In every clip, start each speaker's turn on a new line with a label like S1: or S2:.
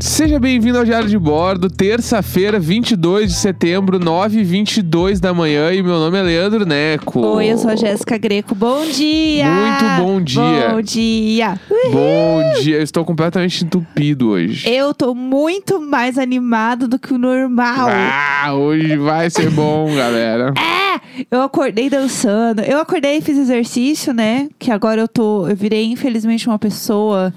S1: Seja bem-vindo ao Diário de Bordo, terça-feira, 22 de setembro, 9h22 da manhã. E meu nome é Leandro Neco.
S2: Oi, eu sou a Jéssica Greco. Bom dia!
S1: Muito bom dia.
S2: Bom dia! Ui,
S1: Bom dia, eu estou completamente entupido hoje.
S2: Eu tô muito mais animado do que o normal.
S1: Ah, hoje vai ser bom, galera.
S2: Eu acordei dançando. Eu acordei e fiz exercício, né? Que agora eu tô. Eu virei, infelizmente, uma pessoa.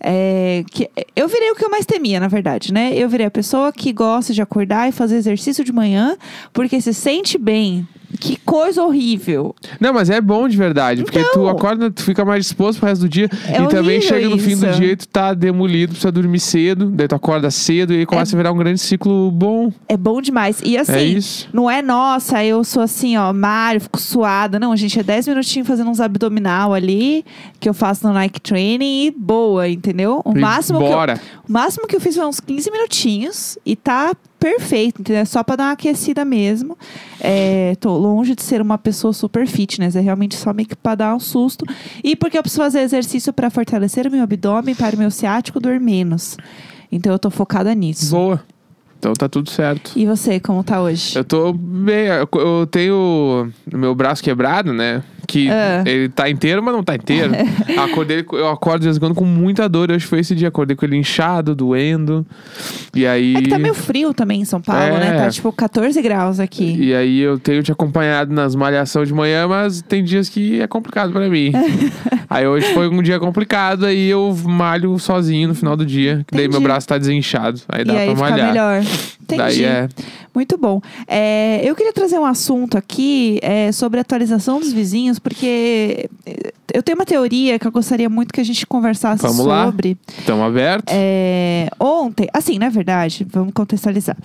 S2: é, que Eu virei o que eu mais temia, na verdade, né? Eu virei a pessoa que gosta de acordar e fazer exercício de manhã porque se sente bem. Que coisa horrível.
S1: Não, mas é bom de verdade, porque tu
S2: Então.
S1: acorda, tu fica mais disposto pro resto do dia. e
S2: É
S1: também
S2: horrível
S1: chega no fim do
S2: isso.
S1: dia e tu tá demolido, precisa dormir cedo, daí tu acorda cedo e aí começa a virar um grande ciclo bom.
S2: É bom demais. E assim,
S1: é isso.
S2: Não é, nossa, eu sou assim, ó, Mário, fico suada. Não, gente, é 10 minutinhos fazendo uns abdominal ali, que eu faço no Nike Training e boa, entendeu? O
S1: E
S2: máximo, que eu,
S1: Bora.
S2: o máximo que eu fiz foi uns 15 minutinhos e tá perfeito, entendeu? É Só pra dar uma aquecida mesmo. É, tô longe de ser uma pessoa super fitness, é realmente só meio que pra dar um susto. E porque eu preciso fazer exercício pra fortalecer o meu abdômen, para o meu ciático dormir menos. Então eu tô focada nisso.
S1: Boa. Então tá tudo certo.
S2: E você, como tá hoje?
S1: Eu tô bem. Eu eu tenho o meu braço quebrado, né? Que
S2: Ah.
S1: ele tá inteiro, mas não tá inteiro. Acordei, eu acordo de vez em quando com muita dor. Hoje foi esse dia. Acordei com ele inchado, doendo. E aí.
S2: É que tá meio frio também em São Paulo,
S1: É.
S2: né? Tá tipo 14 graus aqui.
S1: E aí eu tenho te acompanhado nas malhações de manhã, mas tem dias que é complicado pra mim. aí hoje foi um dia complicado, aí eu malho sozinho no final do dia. que Daí meu
S2: Entendi.
S1: braço tá desinchado. Aí
S2: E
S1: dá
S2: aí
S1: pra
S2: fica
S1: malhar.
S2: melhor.
S1: Daí
S2: Entendi.
S1: é.
S2: Muito bom. É, eu queria trazer um assunto aqui é, sobre a atualização dos vizinhos, porque é, eu tenho uma teoria que eu gostaria muito que a gente conversasse
S1: Vamos lá.
S2: sobre.
S1: Tamo aberto.
S2: É, ontem, assim, na verdade, vamos contextualizar.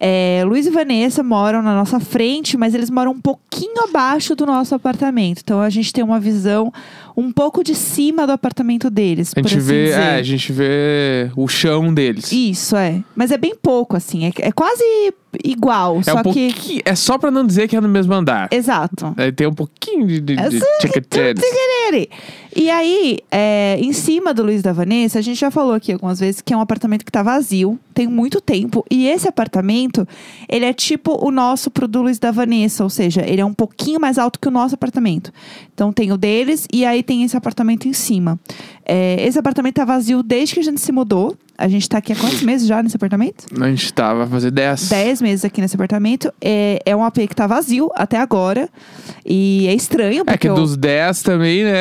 S2: É, Luiz e Vanessa moram na nossa frente, mas eles moram um pouquinho abaixo do nosso apartamento. Então a gente tem uma visão um pouco de cima do apartamento deles.
S1: A gente
S2: por assim
S1: vê,
S2: dizer.
S1: é, a gente vê o chão deles.
S2: Isso, é. Mas é bem pouco, assim. É, é quase igual,
S1: É,
S2: só
S1: um
S2: que.
S1: pouquinho- é só pra não dizer que é no mesmo andar.
S2: Exato.
S1: É, tem um pouquinho de, de,
S2: É
S1: de
S2: só
S1: tchiqueteres.
S2: Tere. E aí, é, em cima do Luiz e da Vanessa, a gente já falou aqui algumas vezes que é um apartamento que tá vazio, tem muito tempo. E esse apartamento, ele é tipo o nosso pro do Luiz e da Vanessa, ou seja, ele é um pouquinho mais alto que o nosso apartamento. Então tem o deles e aí tem esse apartamento em cima. É, esse apartamento tá vazio desde que a gente se mudou. A gente tá aqui há quantos meses já nesse apartamento?
S1: A gente tá, vai fazer 10.
S2: 10 meses aqui nesse apartamento. É, é um AP que tá vazio até agora. E é estranho, porque
S1: É que
S2: eu-
S1: dos 10 também, né?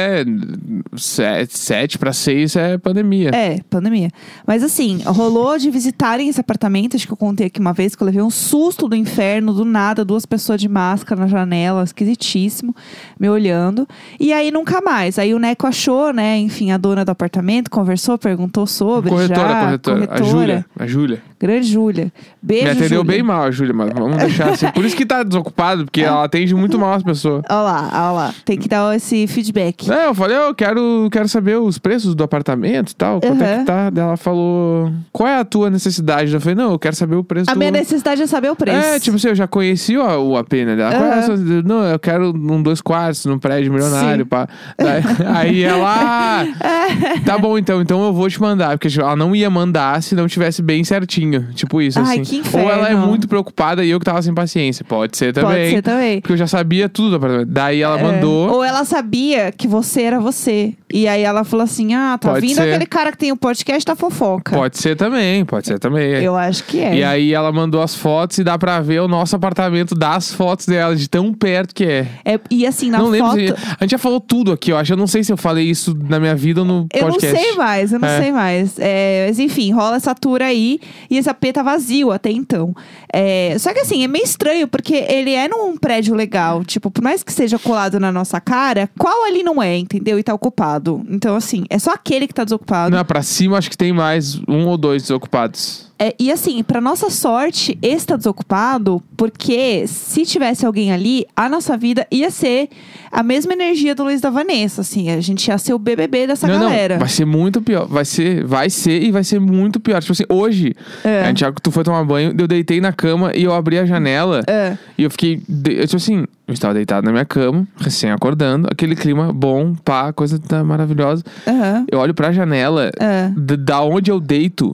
S1: 7 pra 6 é pandemia.
S2: É, pandemia. Mas assim, rolou de visitarem esse apartamento, acho que eu contei aqui uma vez que eu levei um susto do inferno, do nada, duas pessoas de máscara na janela, esquisitíssimo, me olhando. E aí nunca mais. Aí o Neco achou, né, enfim, a dona do apartamento, conversou, perguntou sobre.
S1: corretora,
S2: já,
S1: corretora, A Júlia. A Júlia.
S2: Grande Júlia. Beijo.
S1: Me atendeu
S2: Júlia. É.
S1: bem mal, a Júlia, mas vamos deixar assim. Por isso que tá desocupado, porque ela atende muito mal as pessoas.
S2: Olha lá, olha lá. Tem que dar esse feedback.
S1: É, eu falei, eu quero, quero saber os preços do apartamento e tal, quanto é que
S2: Uhum.
S1: tá. Daí Ela falou, qual é a tua necessidade? Eu falei, não, eu quero saber o preço
S2: A
S1: do...
S2: minha necessidade é saber o preço.
S1: É, tipo assim, eu já conheci ó, o AP, né? Ela, qual é
S2: Aham.
S1: a sua- Não, eu quero um dois quartos num prédio milionário.
S2: Sim.
S1: Pá. Daí- aí ela. "Ah, Tá bom, então, então eu vou te mandar. Porque tipo, ela não ia mandar se não tivesse bem certinho. Tipo isso,
S2: Ai,
S1: assim.
S2: que inferno.
S1: Ou ela é muito preocupada e eu que tava sem paciência. Pode ser também.
S2: Pode ser também.
S1: Porque eu já sabia tudo do apartamento. Daí ela
S2: É.
S1: mandou.
S2: Ou ela sabia que você era você. E aí ela falou assim: ah, tá
S1: Pode
S2: vindo
S1: ser.
S2: aquele cara que tem o podcast da fofoca.
S1: Pode ser também, pode ser também.
S2: Eu acho que é.
S1: E aí ela mandou as fotos e dá pra ver o nosso apartamento das fotos dela, de tão perto que é.
S2: É, e assim, na
S1: não
S2: foto.
S1: lembro se... A gente já falou tudo aqui, eu acho. Eu não sei se eu falei isso na minha vida ou no
S2: Eu não
S1: podcast.
S2: sei mais, eu não
S1: É.
S2: sei mais. É, mas enfim, rola essa tour aí e esse AP tá vazio até então. É, só que assim, é meio estranho porque ele é num prédio legal. Tipo, por mais que seja colado na nossa cara, qual ali não é, entendeu? E tá ocupado. Então, assim, é só aquele que tá desocupado.
S1: Não, é pra cima acho que tem mais um ou dois desocupados.
S2: É, e assim, pra nossa sorte, esse tá desocupado, porque se tivesse alguém ali, a nossa vida ia ser a mesma energia do Luiz da Vanessa, assim, a gente ia ser o BBB dessa
S1: não,
S2: galera.
S1: não. Vai ser muito pior. Vai ser, vai ser e vai ser muito pior. Tipo assim, hoje,
S2: É.
S1: a gente, tu foi tomar banho, eu deitei na cama e eu abri a janela
S2: É.
S1: e eu fiquei. de- eu, Tipo assim, eu estava deitado na minha cama, recém acordando, aquele clima bom, pá, coisa tá maravilhosa.
S2: Aham.
S1: Eu olho pra janela,
S2: É.
S1: d- da onde eu deito,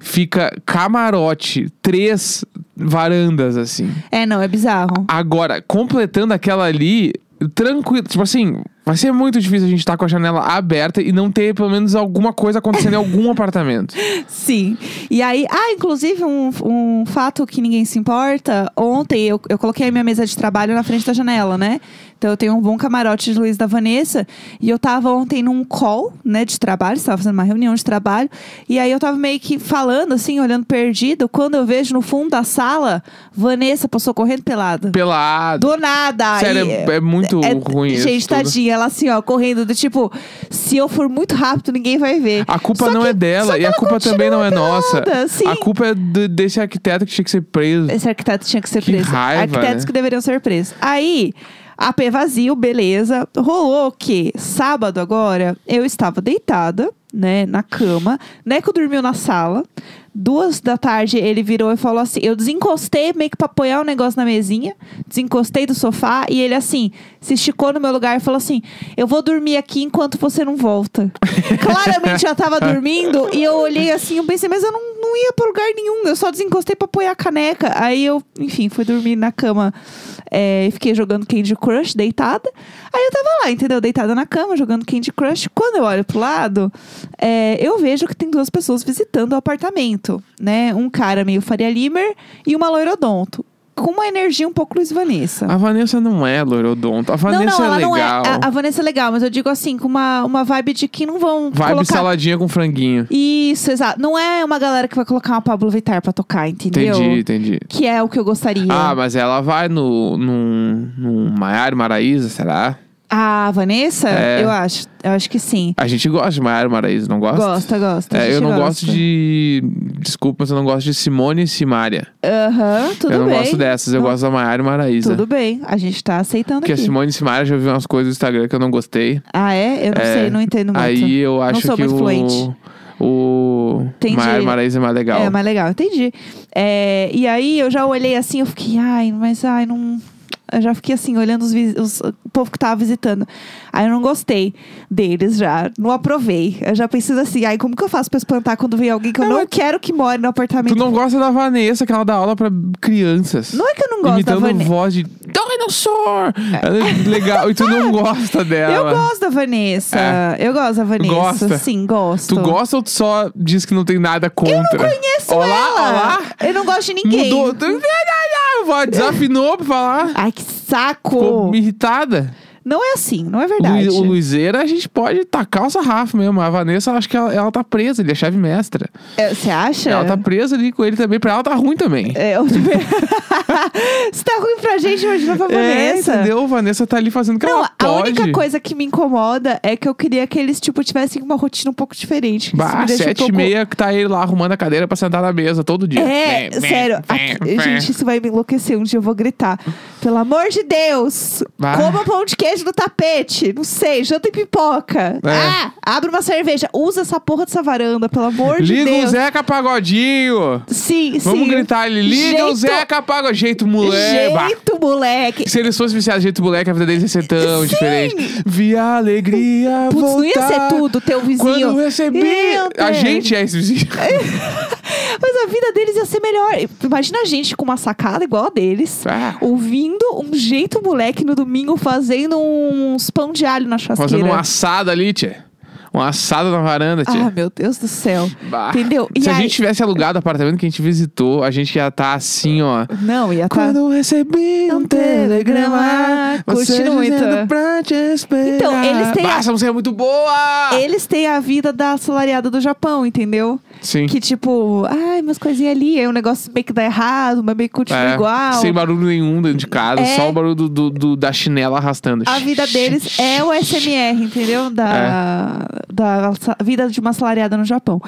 S1: fica camarote, três varandas, assim.
S2: É, não, é bizarro.
S1: Agora, completando aquela ali, tranquilo. Tipo assim, vai ser muito difícil a gente estar com a janela aberta e não ter pelo menos alguma coisa acontecendo em algum apartamento.
S2: Sim. E aí, ah, inclusive, um, um fato que ninguém se importa. Ontem eu, eu coloquei a minha mesa de trabalho na frente da janela, né? Então eu tenho um bom camarote de Luiz da Vanessa. E eu tava ontem num call, né, de trabalho. Estava fazendo uma reunião de trabalho. E aí eu tava meio que falando, assim, olhando perdido. Quando eu vejo no fundo da sala, Vanessa passou correndo pelada.
S1: Pelado.
S2: Do nada.
S1: Sério,
S2: E-
S1: é, é muito ruim isso.
S2: Gente,
S1: tudo.
S2: tadinha, ela assim, ó, correndo do tipo, se eu for muito rápido, ninguém vai ver.
S1: A culpa
S2: Só
S1: não
S2: que-
S1: é
S2: só
S1: dela
S2: que
S1: e a
S2: ela
S1: culpa também não é
S2: continua assim.
S1: nossa.
S2: pelada, sim.
S1: A culpa é do- desse arquiteto que tinha que ser preso.
S2: Esse arquiteto tinha que ser
S1: Que
S2: preso.
S1: raiva,
S2: Arquitetos
S1: né?
S2: que deveriam ser presos. Aí, AP vazio, beleza. Rolou que sábado agora eu estava deitada, né, na cama. Neco dormiu na sala. Duas da tarde ele virou e falou assim: Eu desencostei meio que pra apoiar o negócio na mesinha, desencostei do sofá e ele assim se esticou no meu lugar e falou assim: Eu vou dormir aqui enquanto você não volta. Claramente já tava dormindo e eu olhei assim, eu pensei, mas eu não, não ia pra lugar nenhum, eu só desencostei pra apoiar a caneca. Aí eu, enfim, fui dormir na cama é, e fiquei jogando Candy Crush deitada. Aí eu tava lá, entendeu? Deitada na cama, jogando Candy Crush. Quando eu olho pro lado, é, eu vejo que tem duas pessoas visitando o apartamento, né? Um cara meio Faria Limer e uma loirodonto. Com uma energia um pouco Luiz Vanessa.
S1: A Vanessa não é loirodonto. A Vanessa
S2: não, não, ela
S1: é
S2: não é.
S1: legal.
S2: A, a Vanessa é legal, mas eu digo assim, com uma, uma vibe de que não vão
S1: Vibe
S2: colocar
S1: saladinha com franguinho.
S2: isso, exato. Não é uma galera que vai colocar uma Pablo Vittar pra tocar, entendeu?
S1: Entendi, entendi.
S2: Que é o que eu gostaria.
S1: Ah, mas ela vai no. num. num Maiara e Maraíza, será?
S2: A Vanessa?
S1: É.
S2: Eu acho. Eu acho que sim.
S1: A gente gosta de Maiara e Maraíza, não gosta?
S2: Gosta, gosta.
S1: É,
S2: a
S1: eu
S2: gente
S1: não
S2: gosta.
S1: gosto de. Desculpa, mas eu não gosto de Simone e Simária.
S2: Aham, tudo
S1: eu não
S2: bem.
S1: gosto dessas, eu
S2: Não,
S1: gosto da Maiara e Maraíza.
S2: Tudo bem, a gente tá aceitando
S1: Porque a
S2: aqui.
S1: Simone e Simária já viu umas coisas no Instagram que eu não gostei.
S2: Ah, é? Eu não
S1: É,
S2: sei, não entendo muito.
S1: Aí eu acho
S2: sou
S1: que
S2: muito
S1: o.
S2: fluente.
S1: O.
S2: Entendi.
S1: Maiara e Maraíza é mais legal.
S2: É, mas legal, entendi. É, e aí eu já olhei assim, eu fiquei, ai, mas ai, não. Eu já fiquei assim, olhando os, vis- os- o povo que tava visitando. Aí eu não gostei deles já. Não aprovei. Eu já preciso assim, ai, como que eu faço pra espantar quando vem alguém que eu
S1: Não,
S2: não
S1: mas-
S2: quero que more no
S1: Tu
S2: apartamento?
S1: não gosta da Vanessa, que ela dá aula pra crianças.
S2: é Não é que eu não gosto
S1: imitando
S2: da Vanessa.
S1: voz de dinosaur. Ela é legal. E tu não gosta
S2: Eu
S1: dela.
S2: gosto da Vanessa. Eu gosto da Vanessa.
S1: É. Gosta?
S2: Sim, gosto.
S1: Tu gosta ou tu só diz que não tem nada contra? Eu não
S2: Conheço
S1: olá,
S2: ela.
S1: Olá,
S2: Eu não gosto de ninguém.
S1: Mudou. Tu... Desafinou pra falar.
S2: Ai, que saco.
S1: Ficou irritada.
S2: Não é assim, não é
S1: Lu-
S2: verdade.
S1: O Luizeira, a gente pode tacar o sarrafo mesmo. A Vanessa, eu acho que ela, ela tá presa. Ele é chave mestra.
S2: É, Você acha?
S1: Ela tá presa ali com ele também. Pra ela tá ruim também.
S2: É, eu... Se tá ruim pra gente, imagina pra Vanessa.
S1: É, entendeu? Vanessa tá ali fazendo o que
S2: Não,
S1: ela
S2: a
S1: pode.
S2: única coisa que me incomoda é que eu queria que eles, tipo, tivessem uma rotina um pouco diferente. que isso
S1: Bah,
S2: me deixa um
S1: sete e
S2: pouco-
S1: meia que tá ele lá arrumando a cadeira pra sentar na mesa todo dia.
S2: É,
S1: Bem, bem,
S2: sério.
S1: bem,
S2: aqui-
S1: bem.
S2: gente, isso vai me enlouquecer. Um dia eu vou gritar. Pelo amor de Deus!
S1: Ah.
S2: Coma pão de queijo no tapete. Não sei, janta em pipoca.
S1: É.
S2: Ah, abre uma cerveja. Usa essa porra dessa varanda, pelo amor de
S1: Liga o
S2: Deus.
S1: Zeca Pagodinho.
S2: Sim, sim.
S1: Vamos gritar ele. Liga o
S2: Jeito-
S1: Zeca Pagodinho. Jeito moleque. Bah.
S2: Jeito, moleque.
S1: Se eles fossem viciados jeito moleque, a vida deles ia ser tão
S2: Sim.
S1: diferente. Vi a alegria
S2: Putz,
S1: voltar.
S2: não ia ser tudo, teu vizinho.
S1: Quando eu recebi...
S2: Meu
S1: A
S2: Deus.
S1: gente é esse vizinho.
S2: Mas a vida deles ia ser melhor. Imagina a gente com uma sacada igual a deles,
S1: Ah,
S2: ouvindo um jeito moleque no domingo fazendo uns pão de alho na churrasqueira.
S1: fazendo um assado ali, tia. Um assado na varanda, tia.
S2: é. Ah, meu Deus do céu.
S1: Bah.
S2: Entendeu? E
S1: Se a
S2: aí-
S1: gente tivesse alugado o apartamento que a gente visitou, a gente ia estar assim, ó.
S2: Não, ia tá...
S1: Quando recebi um telegrama, você
S2: Curtindo muito.
S1: dizendo pra te esperar.
S2: Então, eles têm
S1: Bah,
S2: a-
S1: Essa música é muito boa!
S2: Eles têm a vida da assalariada do Japão, entendeu?
S1: Sim.
S2: Que tipo, ai, umas coisinhas ali, aí um negócio meio que dá errado, mas meio que continua
S1: É,
S2: Tipo, igual.
S1: Sem barulho nenhum dentro de casa,
S2: É.
S1: só o barulho do, do- do- da chinela arrastando.
S2: A vida deles é o SMR, entendeu? Da,
S1: É.
S2: da sa- vida de uma salariada no Japão.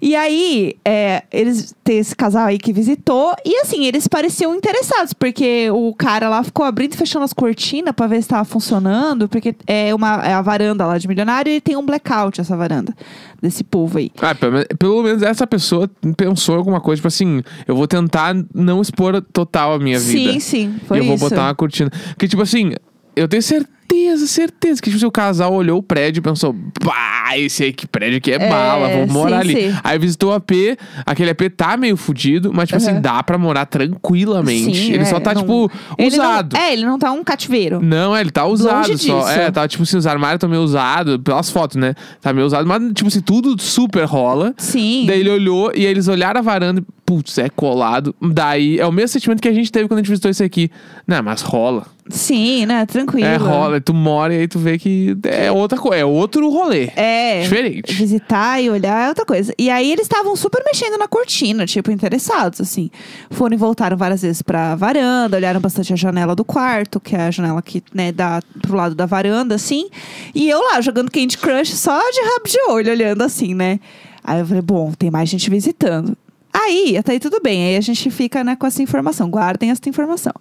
S2: E aí, é, eles têm esse casal aí que visitou. E assim, eles pareciam interessados, porque o cara lá ficou abrindo e fechando as cortinas pra ver se tava funcionando. Porque é, uma, é a varanda lá de milionário e tem um blackout essa varanda desse povo aí.
S1: Ah, pelo, men- pelo menos essa pessoa pensou em alguma coisa, tipo assim, eu vou tentar não expor total a minha vida.
S2: Sim, sim, foi
S1: e eu vou
S2: isso.
S1: botar uma cortina. Porque, tipo assim, eu tenho certeza certeza, certeza. Que tipo, se o casal olhou o prédio e pensou: pá, esse aqui, prédio aqui é,
S2: É,
S1: bala, vou morar
S2: sim,
S1: ali.
S2: sim.
S1: Aí visitou o AP, aquele AP tá meio fudido, mas tipo assim,
S2: Aham.
S1: dá pra morar tranquilamente.
S2: Sim,
S1: ele
S2: é,
S1: só tá,
S2: não-
S1: tipo,
S2: Ele não-
S1: usado.
S2: é, ele não tá um cativeiro.
S1: Não, é, ele tá usado
S2: Longe
S1: só.
S2: disso.
S1: É, tá tipo assim, os armários estão meio usados, pelas fotos, né? Tá meio usado, mas tipo assim, tudo super rola.
S2: Sim.
S1: Daí ele olhou e eles olharam a varanda e, putz, é colado. Daí é o mesmo sentimento que a gente teve quando a gente visitou esse aqui. Não, mas rola.
S2: Sim, né? Tranquilo.
S1: É, rola. Tu mora e aí tu vê que é outra coisa, é outro rolê.
S2: É.
S1: Diferente.
S2: Visitar e olhar é outra coisa. E aí eles estavam super mexendo na cortina, tipo, interessados, assim. Foram e voltaram várias vezes pra varanda, olharam bastante a janela do quarto, que é a janela que, né, dá pro lado da varanda, assim. E eu lá, jogando Candy Crush só de rabo de olho, olhando assim, né? Aí eu falei, bom, tem mais gente visitando. Aí, até aí tudo bem. Aí a gente fica, né, com essa informação. Guardem essa informação.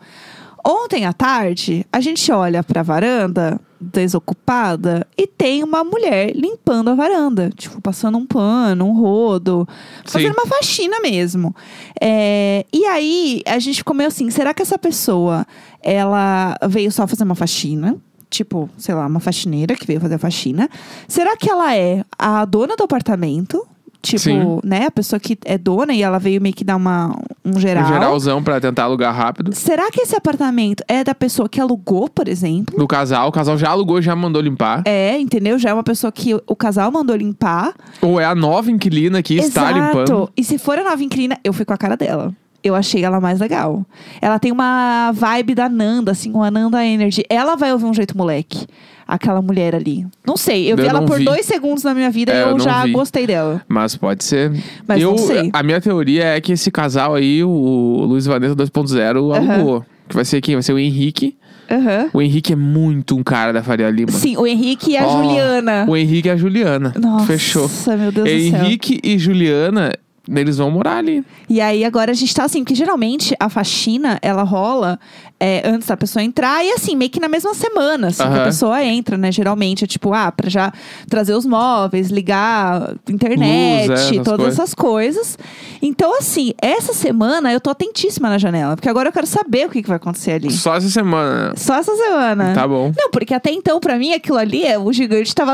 S2: Ontem à tarde, a gente olha pra varanda desocupada e tem uma mulher limpando a varanda. Tipo, passando um pano, um rodo. Fazendo
S1: Sim.
S2: uma faxina mesmo. É, e aí, a gente ficou meio assim, será que essa pessoa, ela veio só fazer uma faxina? Tipo, sei lá, uma faxineira que veio fazer a faxina. Será que ela é a dona do apartamento? Tipo,
S1: Sim.
S2: né? A pessoa que é dona e ela veio meio que dar uma, um
S1: Um geralzão pra tentar alugar rápido.
S2: Será que esse apartamento é da pessoa que alugou, por exemplo?
S1: Do casal, o casal já alugou, já mandou limpar.
S2: É, entendeu? Já é uma pessoa que o casal mandou limpar.
S1: Ou é a nova inquilina que está limpando.
S2: E se for a nova inquilina, eu fui com a cara dela. Eu achei ela mais legal. Ela tem uma vibe da Nanda, assim, uma Nanda Energy. Ela vai ouvir um jeito moleque. Aquela mulher ali. Não sei,
S1: Eu
S2: eu, vi ela
S1: não
S2: por
S1: vi.
S2: dois segundos na minha vida
S1: É,
S2: e
S1: eu
S2: eu
S1: não
S2: já
S1: vi.
S2: gostei dela.
S1: Mas pode ser.
S2: Mas
S1: eu,
S2: não sei.
S1: A minha teoria é que esse casal aí, o Luiz Vanessa 2.0, alugou. Que vai ser quem? Vai ser o Henrique.
S2: Aham.
S1: O Henrique é muito um cara da Faria Lima.
S2: Sim, o Henrique e a
S1: Ó,
S2: Juliana.
S1: O Henrique e a Juliana.
S2: Nossa,
S1: Fechou.
S2: meu Deus do céu.
S1: Henrique e Juliana, eles vão morar ali.
S2: E aí agora a gente tá assim, porque geralmente a faxina, ela rola é, antes da pessoa entrar e assim, meio que na mesma semana, assim, que
S1: Aham.
S2: a pessoa entra, né? Geralmente é tipo, ah, pra já trazer os móveis, ligar internet,
S1: Luz, é, essas
S2: todas
S1: coisas.
S2: essas coisas. Então assim, essa semana eu tô atentíssima na janela, porque agora eu quero saber o que, que vai acontecer ali.
S1: Só essa semana.
S2: Só essa semana.
S1: Tá bom.
S2: Não, porque até então, pra mim, aquilo ali, é, o gigante tava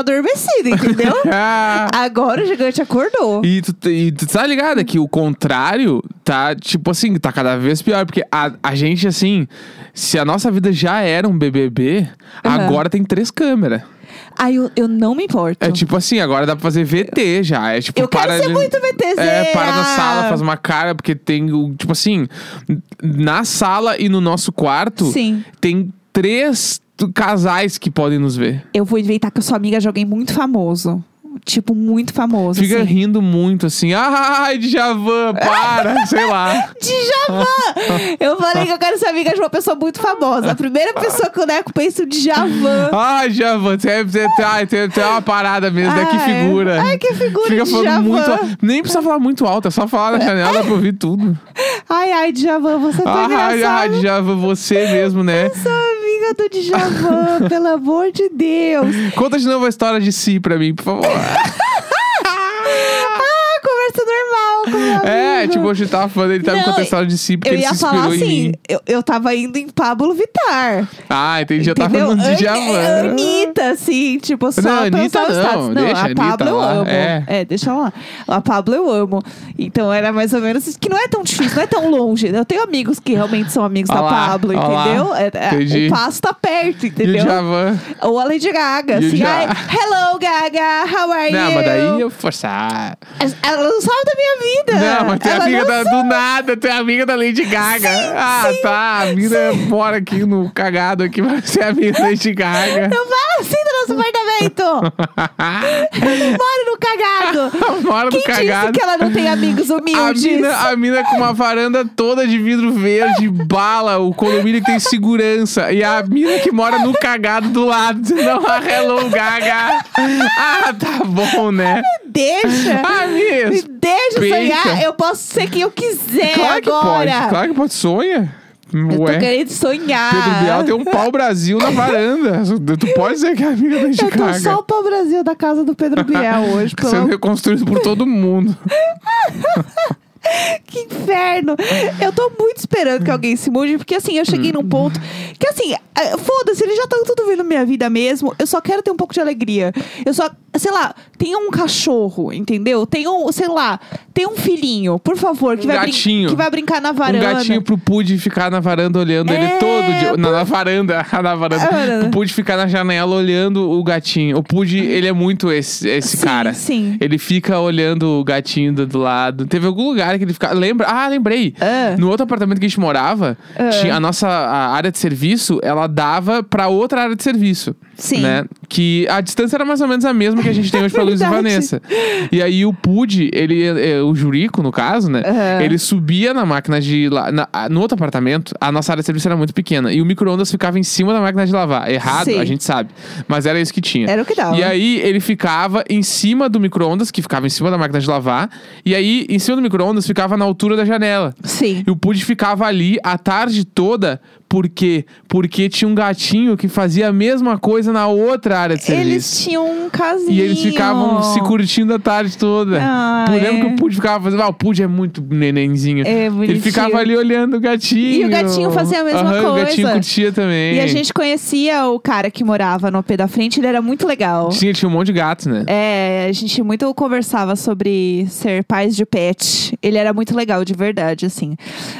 S2: adormecido, entendeu?
S1: Ah!
S2: agora o gigante acordou.
S1: E tu, e tu tá ligado que o contrário tá, tipo assim, tá cada vez pior. Porque a, a gente, assim, se a nossa vida já era um BBB,
S2: Aham.
S1: agora tem três câmeras.
S2: Aí eu, eu não me importo.
S1: É tipo assim, agora dá pra fazer VT já. É tipo,
S2: Eu quero
S1: para
S2: ser
S1: de-
S2: muito VTzeira.
S1: É, para na sala, faz uma cara, porque tem o. Tipo assim, n- na sala e no nosso quarto,
S2: Sim.
S1: tem três t- casais que podem nos ver.
S2: Eu vou inventar que eu sou amiga de alguém muito famoso. Tipo, muito famoso.
S1: Fica
S2: assim.
S1: rindo muito, assim. Ai, Djavan, para, sei lá.
S2: Djavan! eu falei que eu quero ser amiga de uma pessoa muito famosa. A primeira pessoa que eu neco penso Djavan.
S1: Ai, "Ah, Djavan, é, tem, tem, tem, tem, tem é uma parada mesmo, né? Que
S2: Ah, é.
S1: figura.
S2: Ai, que figura,
S1: Fica falando
S2: Djavan.
S1: muito. al- Nem precisa falar muito alto, é só falar na janela pra ouvir tudo. "Ah,
S2: Ai, ai, Djavan, você tá
S1: Ai, ai,
S2: engraçado.
S1: Djavan, você mesmo, né?
S2: Eu sou amiga do Djavan, pelo amor de Deus.
S1: Conta de novo a história de si pra mim, por favor.
S2: Ah, conversa normal com meu amigo.
S1: é, tipo, hoje eu tava falando, ele tava me
S2: Não,
S1: contando a história de si, porque
S2: Eu
S1: ele
S2: ia
S1: se
S2: falar
S1: inspirou em
S2: assim,
S1: mim.
S2: eu, eu tava indo em Pablo Vittar.
S1: Ah, entendi, eu tava
S2: Entendeu?
S1: falando de
S2: An- é
S1: Djavan.
S2: Anitta, assim, tipo, só
S1: Não,
S2: pra
S1: Anitta
S2: usar o
S1: não,
S2: status. Não,
S1: deixa a
S2: a Pablo
S1: Anitta
S2: eu
S1: lá,
S2: amo.
S1: é.
S2: deixa lá. A Pablo eu amo. Então era mais ou menos isso, que não é tão difícil, não é tão longe. Eu tenho amigos que realmente são amigos
S1: Ó
S2: da
S1: lá,
S2: Pablo,
S1: ó lá.
S2: entendeu? É, é,
S1: Entendi.
S2: o passo tá perto,
S1: E o
S2: entendeu?
S1: Djavan.
S2: Ou a Lady Gaga,
S1: E o
S2: assim,
S1: Ja-
S2: ai, hello Gaga, how are
S1: Não,
S2: you?
S1: mas daí eu forçar.
S2: Ela não sabe da minha vida.
S1: Não, mas tu é
S2: Ah, Ela
S1: amiga
S2: não
S1: da- do nada, tu é amiga da Lady Gaga. ah, tá. A mina mora aqui no cagado aqui, mas você é amiga da Lady Gaga. Ah.
S2: Não fala assim do nosso apartamento! Eu não moro no cagado!
S1: mora
S2: Quem
S1: no cagado.
S2: disse que ela não tem amigos
S1: A
S2: humildes?
S1: mina, a mina com uma varanda toda de vidro verde, bala, o condomínio que tem segurança. E a mina que mora no cagado do lado, dizendo, ah, hello, gaga. Ah, tá bom, né?
S2: Deixa!
S1: Ah,
S2: me
S1: mesmo.
S2: deixa
S1: respeita.
S2: sonhar! Eu posso ser quem eu quiser
S1: Claro que
S2: agora!
S1: pode, claro que pode. Sonha.
S2: Eu
S1: Ué.
S2: tô querendo sonhar!
S1: Pedro Bial tem um pau-brasil na varanda. Tu pode dizer que é a amiga da
S2: Eu tô só
S1: Chicago.
S2: o pau-brasil da casa do Pedro Biel hoje, pelo
S1: Sendo reconstruído por todo mundo.
S2: Que inferno! Eu tô muito esperando que alguém se mude, porque assim, eu cheguei num ponto que assim, ah, foda-se, eles já estão tudo vendo minha vida mesmo. Eu só quero ter um pouco de alegria. Eu só, sei lá, tenha um cachorro, entendeu? Tenha um, sei lá, tenha um filhinho, por favor, que,
S1: Um
S2: vai, brin-
S1: gatinho.
S2: que vai brincar na
S1: Um
S2: varanda.
S1: gatinho pro Pude ficar na varanda olhando ele
S2: É,
S1: todo dia.
S2: por-
S1: Na, na varanda. na varanda.
S2: Ah.
S1: Pro Pude ficar na janela olhando o gatinho. O Pude, ele é muito esse, esse
S2: Sim,
S1: cara.
S2: sim.
S1: Ele fica olhando o gatinho do, do lado. Teve algum lugar que ele ficava. Lembra? Ah, lembrei.
S2: Ah.
S1: No outro apartamento que a gente morava,
S2: É.
S1: tinha a nossa a área de serviço, ela dava pra outra área de serviço.
S2: Sim. É
S1: Né? Que a distância era mais ou menos a mesma que a gente tem hoje pra Luiz e
S2: Verdade.
S1: Vanessa. E aí o Pude, ele, eh, o Jurico, no caso, né?
S2: Aham.
S1: Ele subia na máquina de la- na- a- no outro apartamento, a nossa área de serviço era muito pequena. E o micro-ondas ficava em cima da máquina de lavar. Errado,
S2: Sim.
S1: a gente sabe. Mas era isso que tinha.
S2: Era o que dava.
S1: E aí ele ficava em cima do micro-ondas, que ficava em cima da máquina de lavar. E aí, em cima do micro-ondas, ficava na altura da janela.
S2: Sim.
S1: E o Pude ficava ali a tarde toda, por quê? Porque tinha um gatinho que fazia a mesma coisa na outra área de
S2: Eles
S1: serviço.
S2: tinham um casinho.
S1: E eles ficavam se curtindo a tarde toda.
S2: Ah,
S1: Eu lembro
S2: é.
S1: que o Pude ficava fazendo. Ah, o Pude é muito nenenzinho.
S2: É,
S1: Ele
S2: bonitinho.
S1: ficava ali olhando o gatinho.
S2: E o gatinho fazia a mesma
S1: Aham, O
S2: coisa.
S1: gatinho curtia também.
S2: E a gente conhecia o cara que morava no pé da frente, ele era muito legal.
S1: Tinha, tinha um monte de gato, né?
S2: É, a gente muito conversava sobre ser pais de pet. Ele era muito legal, de verdade, assim.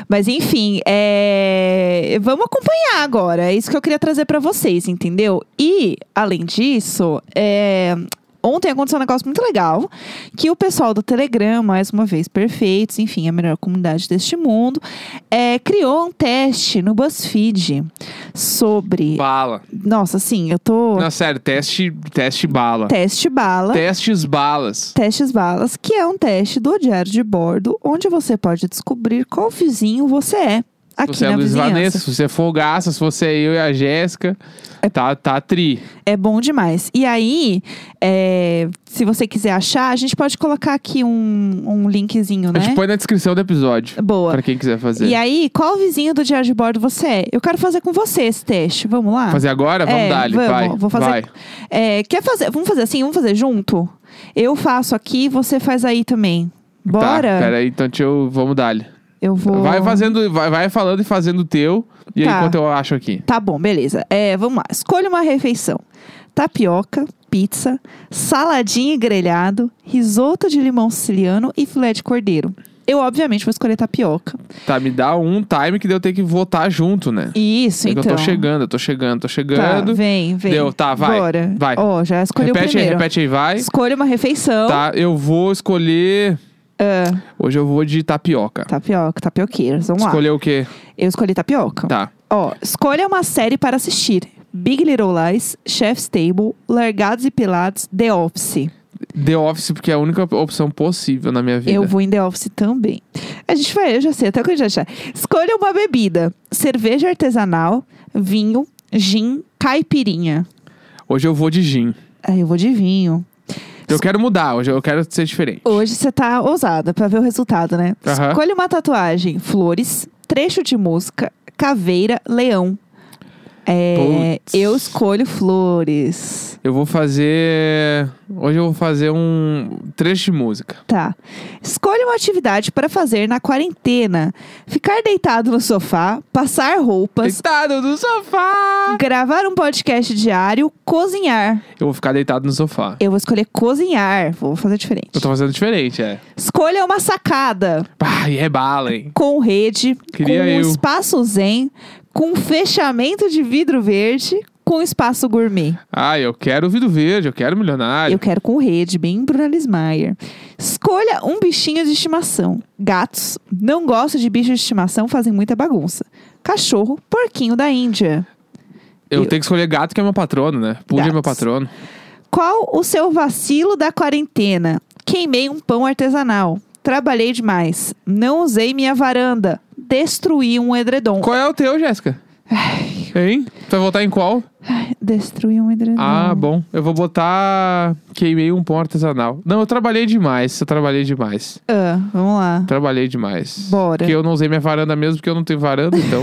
S2: Mas enfim, é, vamos acompanhar agora. É isso que eu queria trazer pra vocês, entendeu? E, além disso, é, ontem aconteceu um negócio muito legal. Que o pessoal do Telegram, mais uma vez, perfeitos, enfim, a melhor comunidade deste mundo, é, criou um teste no BuzzFeed sobre.
S1: Bala.
S2: Nossa, assim, eu tô.
S1: Não, sério, teste, teste bala.
S2: Teste bala.
S1: Testes balas.
S2: Testes Balas, que é um teste do diário de bordo, onde você pode descobrir qual vizinho você é aqui
S1: se você é
S2: na
S1: Luiz
S2: vizinhança.
S1: Vanessa, se você é Fogaça, se você é eu e a Jéssica, tá, tá tri.
S2: É bom demais. E aí, é, se você quiser achar, a gente pode colocar aqui um, um linkzinho,
S1: A gente
S2: né?
S1: põe na descrição do episódio,
S2: Boa.
S1: pra quem quiser fazer.
S2: E aí, qual vizinho do diário de bordo você é? Eu quero fazer com você esse teste. Vamos lá?
S1: Fazer agora? Vamos
S2: É,
S1: dar ali,
S2: vamos.
S1: vai.
S2: Vou fazer-
S1: vai. Tá,
S2: É, quer fazer? Vamos fazer assim? Vamos fazer junto? Eu faço aqui, você faz aí também.
S1: Tá,
S2: Bora?
S1: peraí, então deixa eu... Vamos dar ali.
S2: eu vou.
S1: Vai fazendo, vai, vai falando e fazendo o teu. E aí,
S2: Tá.
S1: enquanto eu acho aqui.
S2: Tá bom, beleza. É, vamos lá. Escolha uma refeição: tapioca, pizza, saladinha e grelhado, risoto de limão siciliano e filé de cordeiro. Eu, obviamente, vou escolher tapioca.
S1: Tá, me dá um time que deu ter que votar junto, né?
S2: Isso,
S1: É que
S2: então.
S1: eu tô chegando, eu tô chegando, tô
S2: Tá,
S1: chegando.
S2: vem, vem.
S1: Deu, tá, vai,
S2: Bora.
S1: vai.
S2: Ó, já escolhi o
S1: repete aí,
S2: primeiro.
S1: repete aí, vai.
S2: Escolha uma refeição. Ah,
S1: Tá, eu vou escolher. Hoje eu vou de tapioca.
S2: Tapioca, tapioqueiros. Tá, Vamos
S1: Escolher o quê?
S2: lá. Eu escolhi tapioca.
S1: Tá.
S2: Ó, escolha uma série para assistir. Big Little Lies, Chef's Table, Largados e Pelados, The Office.
S1: The Office, porque é a única opção possível na minha vida.
S2: Eu vou em The Office também. A gente vai, eu já sei, até o que a gente achar. Escolha uma bebida: cerveja artesanal, vinho, gin, caipirinha.
S1: Hoje eu vou de gin.
S2: Aí eu vou de vinho.
S1: Eu quero mudar, hoje eu quero ser diferente.
S2: Hoje você tá ousada pra ver o resultado, né?
S1: Aham.
S2: Escolha uma tatuagem: flores, trecho de música, caveira, leão. É,
S1: Puts.
S2: eu escolho flores.
S1: Eu vou fazer. Hoje eu vou fazer um trecho de música.
S2: Tá. Escolha uma atividade para fazer na quarentena: ficar deitado no sofá, passar roupas,
S1: Deitado no sofá!
S2: Gravar um podcast diário, cozinhar.
S1: Eu vou ficar deitado no sofá.
S2: Eu vou escolher cozinhar, vou fazer diferente.
S1: Eu tô fazendo diferente, é.
S2: Escolha uma sacada
S1: Pá, e é bala, hein?
S2: com rede,
S1: Queria
S2: com um
S1: eu.
S2: espaço zen, com fechamento de vidro verde, com espaço gourmet.
S1: Ah, eu quero o vidro verde, eu quero milionário.
S2: Eu quero com rede, bem Bruna Lismayer. Escolha um bichinho de estimação. Gatos, não gosto de bichos de estimação, fazem muita bagunça. Cachorro, porquinho da Índia.
S1: Eu,
S2: eu-
S1: tenho que escolher gato, que é meu patrono, né? Pude é meu
S2: Gatos.
S1: patrono.
S2: Qual o seu vacilo da quarentena? Queimei um pão artesanal. Trabalhei demais. Não usei minha varanda. Destruí um edredom.
S1: Qual é o teu, Jéssica? Hein? Tu vai votar em qual?
S2: Ai, Destruir um edredom.
S1: Ah, bom. Eu vou botar. Queimei um pão artesanal. Não, eu trabalhei demais. Eu trabalhei demais.
S2: Ah, vamos lá.
S1: Trabalhei demais.
S2: Bora.
S1: Porque eu não usei minha varanda mesmo, porque eu não tenho varanda, então.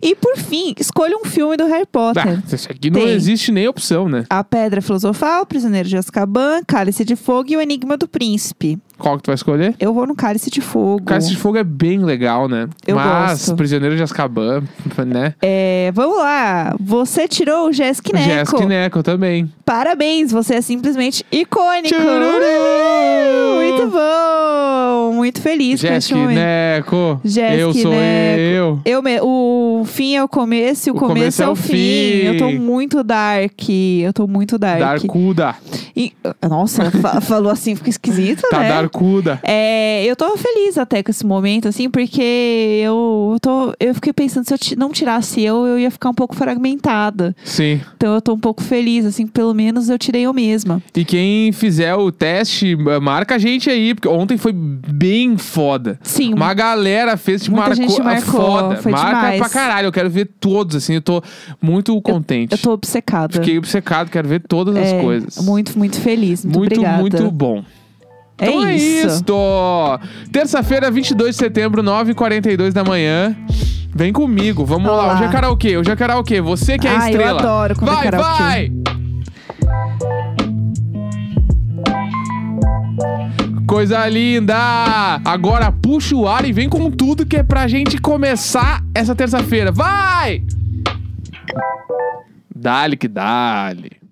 S2: E por fim, escolha um filme do Harry Potter.
S1: Ah, isso aqui não
S2: Tem.
S1: existe nem opção, né?
S2: A Pedra Filosofal, Prisioneiro de Azkaban, Cálice de Fogo e o Enigma do Príncipe.
S1: Qual que tu vai escolher?
S2: Eu vou no Cálice de Fogo.
S1: Cálice de Fogo é bem legal, né?
S2: Eu
S1: Mas,
S2: gosto.
S1: Prisioneiro de Azkaban, né?
S2: É, vamos lá. Você tirou o Jéssica Neco.
S1: Jéssica Neco também.
S2: Parabéns, você é simplesmente icônico.
S1: Tchururu!
S2: Muito bom. Muito feliz com este
S1: Jéssica
S2: momento.
S1: Neco.
S2: Jéssica
S1: eu sou
S2: Neco.
S1: eu.
S2: Eu me- O fim é o começo e o, começo, é o fim. Eu tô muito dark. Eu tô muito dark.
S1: Darkuda.
S2: E- nossa, fa- falou assim, fica esquisito,
S1: Tá
S2: né?
S1: Darkuda.
S2: É, eu tô feliz até com esse momento, assim, porque eu, tô, eu fiquei pensando, se eu ti- não tirasse eu, eu ia ficar um pouco fragmentada.
S1: Sim.
S2: Então eu tô um pouco feliz, assim, pelo menos eu tirei eu mesma.
S1: E quem fizer o teste, marca a gente aí, porque ontem foi bem foda.
S2: Sim,
S1: Uma galera fez, tipo,
S2: Muita
S1: marcou,
S2: gente marcou,
S1: foda.
S2: foi
S1: Marca
S2: demais.
S1: pra caralho, eu quero ver todos, assim, eu tô muito contente.
S2: eu tô obcecada.
S1: Fiquei obcecado, quero ver todas as
S2: É,
S1: coisas.
S2: Muito, muito feliz. Muito,
S1: muito,
S2: obrigada.
S1: muito bom.
S2: é
S1: então é
S2: isso.
S1: isto. Terça-feira, 22 de setembro, 9h42 da manhã. Vem comigo, vamos
S2: Olá.
S1: lá. Hoje é karaokê, hoje é karaokê. Você que é
S2: Ah, eu
S1: estrela.
S2: adoro quando é
S1: vai,
S2: karaokê.
S1: vai! Coisa linda! Agora puxa o ar e vem com tudo que é pra gente começar essa terça-feira. Vai! Dale que dale.